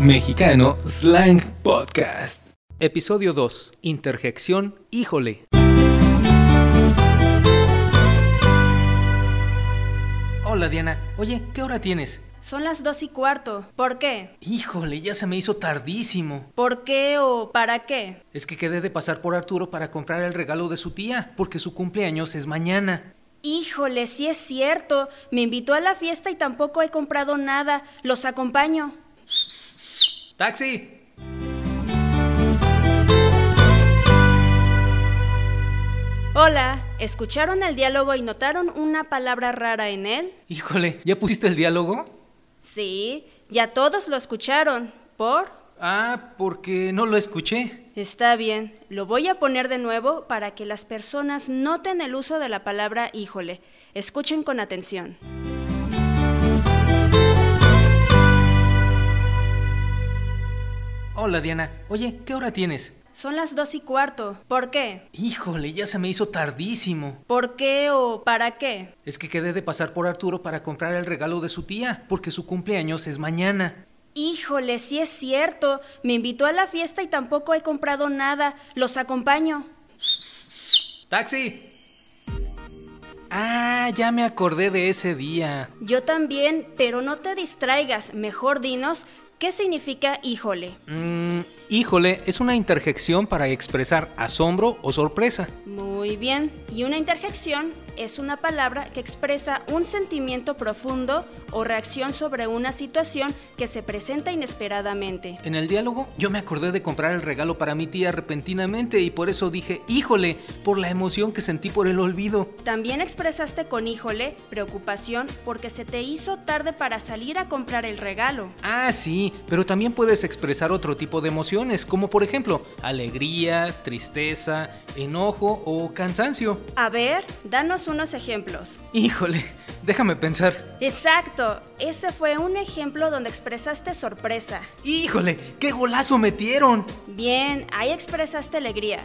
Mexicano Slang Podcast. Episodio 2. Interjección, híjole. Hola Diana, oye, ¿qué hora tienes? Son las dos y cuarto. ¿Por qué? Híjole, ya se me hizo tardísimo. ¿Por qué o para qué? Es que quedé de pasar por Arturo para comprar el regalo de su tía, porque su cumpleaños es mañana. Híjole, sí es cierto. Me invitó a la fiesta y tampoco he comprado nada. Los acompaño. ¡Taxi! Hola, ¿escucharon el diálogo y notaron una palabra rara en él? Híjole, ¿ya pusiste el diálogo? Sí, ya todos lo escucharon. ¿Por? Ah, porque no lo escuché. Está bien, lo voy a poner de nuevo para que las personas noten el uso de la palabra híjole. Escuchen con atención. Hola Diana, oye, ¿qué hora tienes? Son las dos y cuarto. ¿Por qué? Híjole, ya se me hizo tardísimo. ¿Por qué o para qué? Es que quedé de pasar por Arturo para comprar el regalo de su tía, porque su cumpleaños es mañana. Híjole, sí es cierto. Me invitó a la fiesta y tampoco he comprado nada. Los acompaño. ¡Taxi! Ah, ya me acordé de ese día. Yo también, pero no te distraigas. Mejor dinos qué significa híjole. Mm, híjole, es una interjección para expresar asombro o sorpresa. Muy bien. Y una interjección es una palabra que expresa un sentimiento profundo o reacción sobre una situación que se presenta inesperadamente. En el diálogo, yo me acordé de comprar el regalo para mi tía repentinamente y por eso dije, híjole, por la emoción que sentí por el olvido. También expresaste con híjole preocupación porque se te hizo tarde para salir a comprar el regalo. Ah, sí, pero también puedes expresar otro tipo de emociones, como por ejemplo alegría, tristeza, enojo o cansancio. A ver, danos unos ejemplos. Híjole, déjame pensar. Exacto, ese fue un ejemplo donde expresaste sorpresa. Híjole, qué golazo metieron. Bien, ahí expresaste alegría.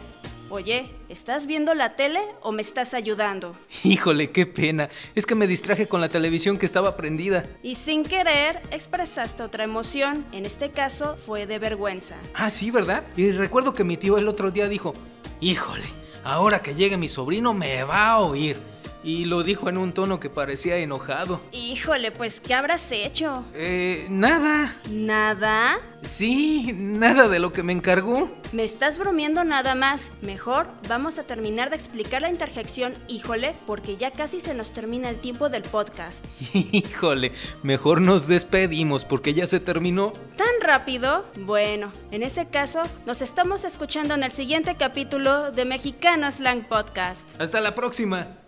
Oye, ¿estás viendo la tele o me estás ayudando? Híjole, qué pena. Es que me distraje con la televisión que estaba prendida. Y sin querer expresaste otra emoción, en este caso fue de vergüenza. Ah, sí, ¿verdad? Y recuerdo que mi tío el otro día dijo, híjole, ahora que llegue mi sobrino me va a oír. Y lo dijo en un tono que parecía enojado. Híjole, pues ¿qué habrás hecho? Eh, nada. ¿Nada? Sí, nada de lo que me encargó. Me estás bromeando nada más. Mejor vamos a terminar de explicar la interjección híjole porque ya casi se nos termina el tiempo del podcast. Híjole, mejor nos despedimos porque ya se terminó. ¿Tan rápido? Bueno, en ese caso nos estamos escuchando en el siguiente capítulo de Mexicano Slang Podcast. Hasta la próxima.